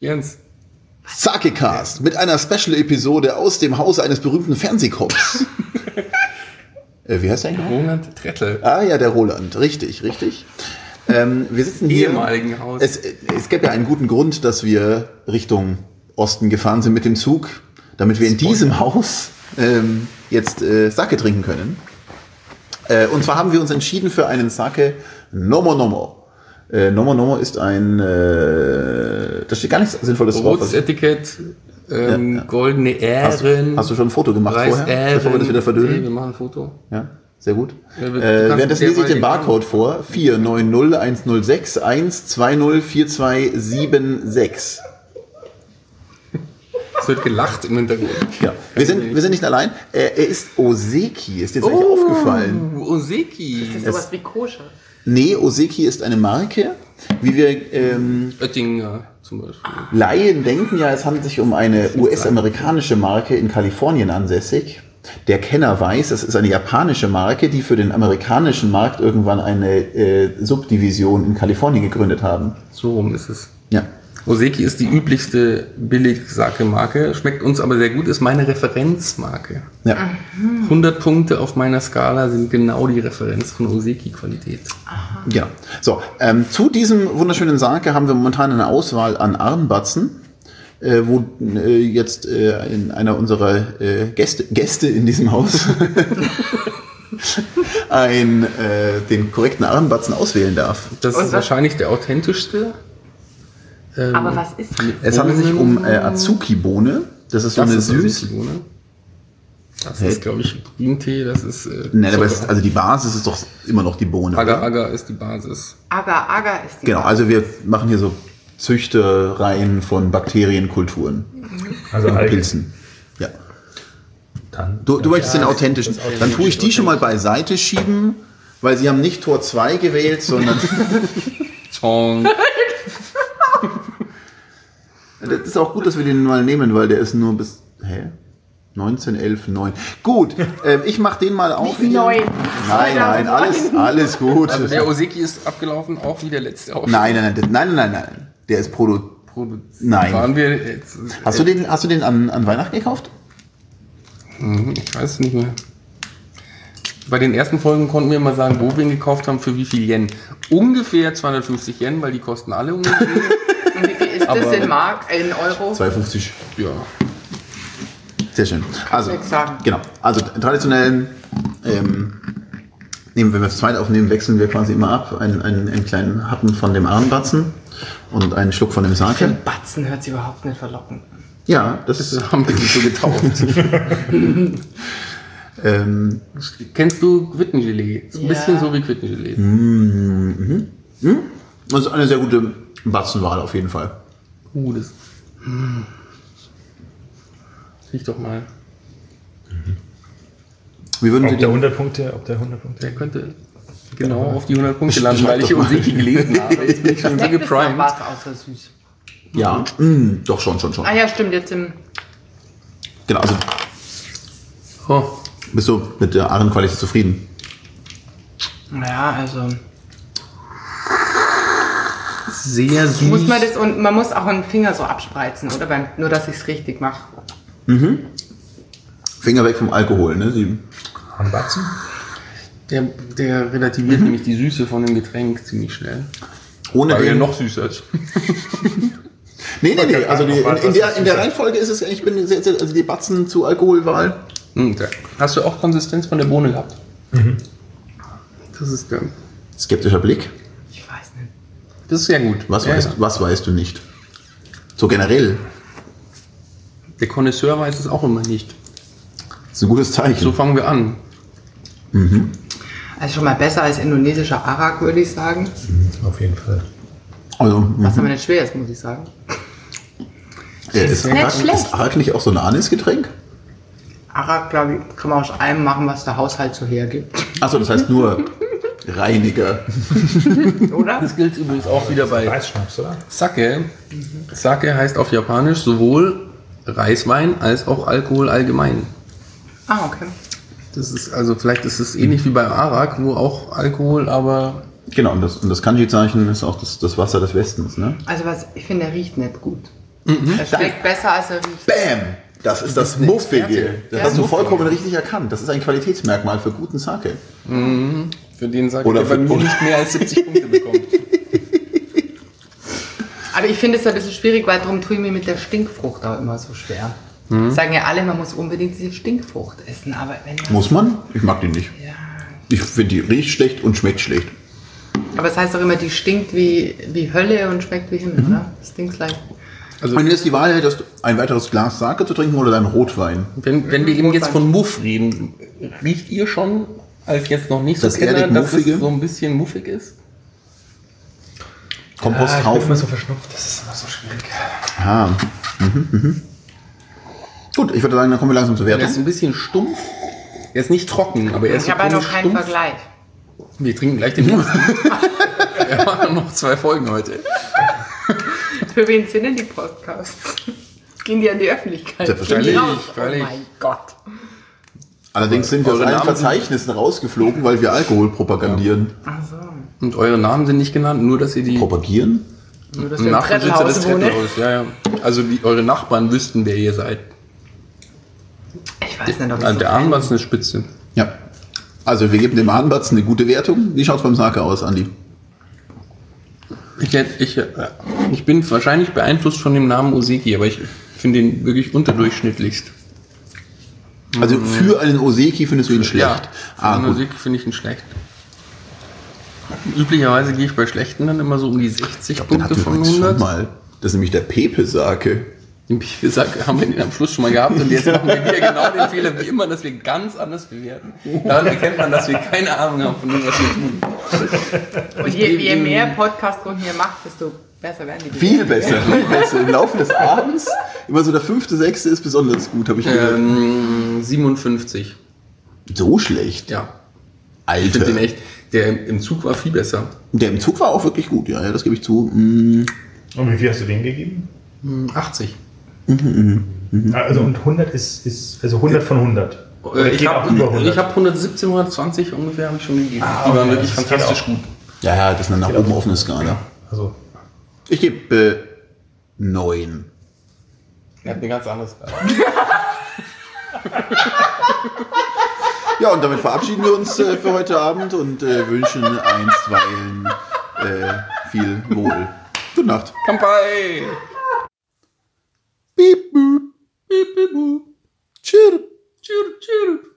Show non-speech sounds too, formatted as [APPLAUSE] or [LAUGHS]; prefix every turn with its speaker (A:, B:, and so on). A: Jens.
B: Sakecast mit einer Special-Episode aus dem Hause eines
A: [LAUGHS]
B: berühmten Fernsehkochs. äh, wie heißt der eigentlich?
A: Roland Trettel.
B: Ah ja, der Roland. Richtig, richtig. Ähm, wir sitzen hier.
A: Ehemaligen Haus.
B: Es, es gäbe ja einen guten Grund, dass wir Richtung Osten gefahren sind mit dem Zug, damit wir in diesem Haus ähm, jetzt äh, Sake trinken können. Äh, und zwar haben wir uns entschieden für einen Sake Nomo Nomo. Äh, Nomo Nomo ist ein, äh, da steht gar nichts Sinnvolles drauf.
A: Rotes
B: Also,
A: Etikett, ähm, goldene
B: hast,
A: Ähren.
B: du, hast du schon ein Foto gemacht vorher,
A: Ähren.
B: bevor wir das wieder
A: Nee, wir
B: verdünnen?
A: machen ein Foto.
B: Ja, sehr gut.
A: Ja, wir- du
B: äh,
A: kannst
B: währenddessen
A: mit
B: lese ich
A: der
B: den
A: mal-
B: Barcode vor. 4901061204276.
A: Es wird gelacht im Hintergrund.
B: Ja, wir sind, wir sind nicht allein. Äh, er ist Oseki, ist dir das eigentlich
A: Oh.
B: aufgefallen?
A: Oseki.
C: Ist sowas wie koscher.
B: Nee, Oseki ist eine Marke. Wie wir ähm,
A: Oettinger zum Beispiel.
B: Laien denken ja, es handelt sich um eine US-amerikanische Marke in Kalifornien ansässig. Der Kenner weiß, es ist eine japanische Marke, die für den amerikanischen Markt irgendwann eine äh, Subdivision in Kalifornien gegründet haben.
A: So rum ist es.
B: Ja.
A: Oseki ist die üblichste Billig-Sake-Marke, schmeckt uns aber sehr gut, ist meine Referenzmarke.
B: ja.
A: 100 Punkte auf meiner Skala sind genau die Referenz von Oseki-Qualität.
B: Ja, so, ähm, zu diesem wunderschönen Sake haben wir momentan eine Auswahl an Armbatzen, äh, wo äh, jetzt äh, in einer unserer äh, Gäste, Gäste in diesem Haus [LAUGHS] ein, äh, den korrekten Armbatzen auswählen darf.
A: Das
C: Und
A: ist
C: was-
A: wahrscheinlich der authentischste. Ähm,
C: Aber was ist das?
B: Es handelt sich um äh, Azuki-Bohne, das ist so
A: das
B: eine
A: ist
B: süß...
A: Oseki, ne? Das
B: Hä?
A: ist, glaube ich, Grüntee, das ist... Äh,
B: Nein, aber es ist,
A: Zucker.
B: also die Basis ist doch immer noch die Bohne.
A: Agar
B: oder?
A: Agar ist die Basis.
C: Agar Agar ist die.
B: Genau, also wir machen hier so Züchtereien von Bakterienkulturen.
D: Also
B: Und
D: Algen.
B: Pilzen. Ja.
D: Dann.
B: Du, du möchtest den
D: Ja,
B: authentischen.
D: das ist
B: Dann tue ich die schon mal beiseite schieben, weil sie haben nicht Tor 2 gewählt, [LAUGHS] sondern
C: [LAUGHS]
A: Chong.
B: das ist auch gut, dass wir den mal nehmen, weil der ist nur bis hä? 19, 11, 9. Gut, ähm, ich mach den mal auf.
C: Nicht
B: hier.
C: neun.
B: Nein, nein, alles, alles gut.
A: Also der
B: Nein,
A: Oseki ist abgelaufen, auch wie der letzte auch.
B: nein, nein, das- nein, nein, nein. Der ist Produ.
A: Probe-
B: Nein.
A: Waren wir jetzt,
B: Hast du Also den, hast du den an, an Weihnachten gekauft?
A: hm, Ich weiß es nicht mehr. Bei den ersten Folgen konnten wir immer sagen, wo wir ihn gekauft haben, für wie viel Yen. Ungefähr 250 Yen, weil die kosten alle um ungefähr.
C: Und wie viel ist das in Mark, in Euro?
B: 2,50.
A: [LAUGHS] ja.
B: Sehr schön. Also,
C: nix sagen.
B: genau. Also traditionellen ähm, nehmen, wenn wir zu zweit aufnehmen, wechseln wir quasi immer ab. Einen, einen, einen kleinen Happen von dem Armbatzen und einen Schluck von dem Sake.
C: Batzen hört sich überhaupt nicht verlockend. an.
B: Ja, das ist
A: Das [LAUGHS] haben wir nicht so getauft.
B: [LAUGHS] ähm,
A: Kennst du Quittengelee? Ist ein
C: Ja.
A: bisschen so wie Quittengelee.
B: Hm. das ist eine sehr gute Batzenwahl auf jeden Fall.
A: Uh, das. Mm. Riech doch mal.
B: Wie würden Sie
D: Ob der
B: den,
D: 100 Punkte, ob der 100 Punkte.
A: Der könnte genau auf die 100 Punkte landen,
B: Schlag
A: weil ich
B: doch mal.
A: Oseki gelesen habe. Jetzt bin ich schon so
C: Schmeckt es nach
A: geprimed.
C: was außer süß?
B: ja, mh, doch schon, schon, schon.
C: Ah ja, stimmt, jetzt im.
B: Genau, also
A: Oh,
B: bist du mit der Ahrenqualität zufrieden?
C: Ja, also.
A: sehr süß.
C: Muss man das und man muss auch einen Finger so abspreizen, oder? Beim, nur, dass ich es richtig mache.
B: Finger weg vom Alkohol, ne? Sie,
D: Am Batzen?
A: der, der relativiert nämlich die Süße von dem Getränk ziemlich schnell.
B: ohne
A: Weil er
B: den,
A: noch süßer ist.
B: nee, nee, nee, also die, in,
D: Man kann
B: in, der,
D: auch
B: in der Reihenfolge ist es, ich bin sehr, sehr, also die Batzen zu Alkoholwahl,
A: Hm, da- Hast du auch Konsistenz von der Bohne gehabt?
B: Mhm.
A: Das ist der.
B: skeptischer Blick.
C: Ich weiß nicht.
A: Das ist sehr gut.
B: Was,
A: ja,
B: weißt,
A: ja.
B: was weißt du nicht? So generell.
A: Der Connoisseur weiß es auch immer nicht.
B: Das ist ein gutes Zeichen.
A: So fangen wir an.
C: Also schon mal besser als indonesischer Arak, würde ich sagen.
D: Mhm, Auf jeden Fall.
B: Also, mh,
C: Was aber nicht schwer ist, muss ich sagen.
B: äh, ist,
C: nicht
B: Arak,
C: schlecht.
B: ist Arak nicht auch so ein Anisgetränk?
C: Arak, glaube ich, kann man aus allem machen, was der Haushalt so hergibt. [LAUGHS]
B: Achso, das heißt [LAUGHS] nur Reiniger.
C: Oder?
A: Das gilt übrigens auch wieder bei
D: Weißschnaps, oder?
A: Sake. Sake heißt auf Japanisch sowohl Reiswein als auch Alkohol allgemein.
C: ah, okay.
A: Das ist also vielleicht ist es ähnlich wie bei Arak, wo auch Alkohol, aber
B: Genau, und das, und das Kanji-Zeichen ist auch das, das Wasser des Westens, ne?
C: Also was, ich finde, der riecht nicht gut. Er schmeckt besser als er riecht.
B: Bam! Das ist das Muffige. Das hast du vollkommen richtig erkannt. Das ist ein Qualitätsmerkmal für guten Sake.
A: Für den sage
B: Oder
A: ich, der bei
B: für-
A: mir nicht mehr als 70 Punkte bekommt.
C: Aber Also ich finde es ein bisschen schwierig, weil darum tue ich mir mit der Stinkfrucht auch immer so schwer. Sagen ja alle, man muss unbedingt diese Stinkfrucht essen, aber wenn man,
B: Muss man? Ich mag die nicht. Ich finde, die riecht schlecht und schmeckt schlecht.
C: Aber es heißt doch immer, die stinkt wie, wie Hölle und schmeckt wie Himmel, oder? Das stinkt gleich.
A: Also
B: Wenn du jetzt die Wahl hättest, ein weiteres Glas Sake zu trinken oder deinen Rotwein?
A: wenn, wenn wir eben jetzt von Muff reden, riecht ihr schon, als jetzt noch nicht so
B: Das erdig
A: dass
B: Muffige?
A: es so ein bisschen muffig ist?
D: ich bin
B: Komposthaufen.
D: immer so verschnupft, das ist immer so schwierig.
B: Ah. Mhm, mhm. Gut, ich würde sagen, dann kommen wir langsam zur
A: Er ist
B: Wertung.
A: ein bisschen stumpf. Er ist nicht trocken, aber er ist
C: Ich habe ja
A: so
C: noch
A: komisch
C: keinen Vergleich.
A: Wir trinken gleich den Muff. [LAUGHS] wir machen noch zwei Folgen heute.
C: Für wen sind denn die Podcasts? [LAUGHS] Gehen die an die Öffentlichkeit?
B: Selbstverständlich,
C: Gehen die raus?
A: freilich.
C: Oh mein Gott.
B: Allerdings sind wir aus
A: Eure
B: allen
A: Namen sind-
B: Verzeichnissen rausgeflogen, weil wir Alkohol propagandieren.
C: Ach so.
A: Und eure Namen sind nicht genannt, nur dass ihr die
B: Propagieren?
C: Nur, dass wir im
A: Nachbesitzer des
C: Treppenhaus wohnen.
A: Treppenhauses, ja, ja. Also die, eure Nachbarn wüssten, wer ihr seid.
C: Ich weiß nicht, ob ich
A: Also der
C: so
A: Armband ist eine Spitze.
B: Ja. Also wir geben dem Hahnbatzen eine gute Wertung. Wie schaut's beim Sake aus, Andi?
A: Ich, hätte, ich, äh, ich bin wahrscheinlich beeinflusst von dem Namen Oseki, aber ich finde ihn wirklich unterdurchschnittlichst.
B: Also für einen Oseki findest du ihn schlecht.
A: Mhm. Ja,
B: ah,
A: von
B: gut.
A: Oseki finde ich ihn schlecht. Üblicherweise gehe ich bei schlechten dann immer so um die 60
B: Den
A: Punkte
B: hatten wir
A: von
B: übrigens schon
A: 100.
B: mal. Das ist nämlich der Pepe-Sake.
A: Den Biefersack haben wir den am Schluss schon mal gehabt und jetzt machen wir wieder genau den Fehler wie immer, dass wir ganz anders bewerten. Daran erkennt man, dass wir keine Ahnung haben von dem, was wir tun.
C: Und je, je mehr Podcast-Runden ihr macht, desto besser werden die.
B: Viel besser, viel besser. Im Laufe des Abends, immer so der fünfte, sechste ist besonders gut, habe ich gehört.
A: Ähm, 57.
B: So schlecht.
A: Ja. Ich
B: Alter.
A: finde den echt, der im- im Zug war viel besser.
B: Der im Zug war auch wirklich gut, ja, ja das gebe ich zu. Mm,
D: Und wie viel hast du denen gegeben?
A: Hm, 80.
D: Also und 100 ist, ist also 100 von 100.
A: Äh, Ich
D: Geht auch über
A: habe
D: 100.
A: ich hab 117, 120 ungefähr habe ich schon gegeben.
D: Ah,
A: Die waren
D: okay,
A: wirklich
D: das geht
A: fantastisch
D: auch.
A: gut.
B: Ja, ja, das ist eine
A: Genau.
B: nach oben offene Skala.
D: Also
B: Ich gebe äh, 9.
A: Er hat eine ganz andere Skala.
B: Ja, und damit verabschieden wir uns äh, für heute Abend und äh, wünschen einstweilen äh, viel Wohl. Gute Nacht.
A: Kampai!
B: Piep, boop. Piep, boop. Chirp.
A: Chirp, chirp.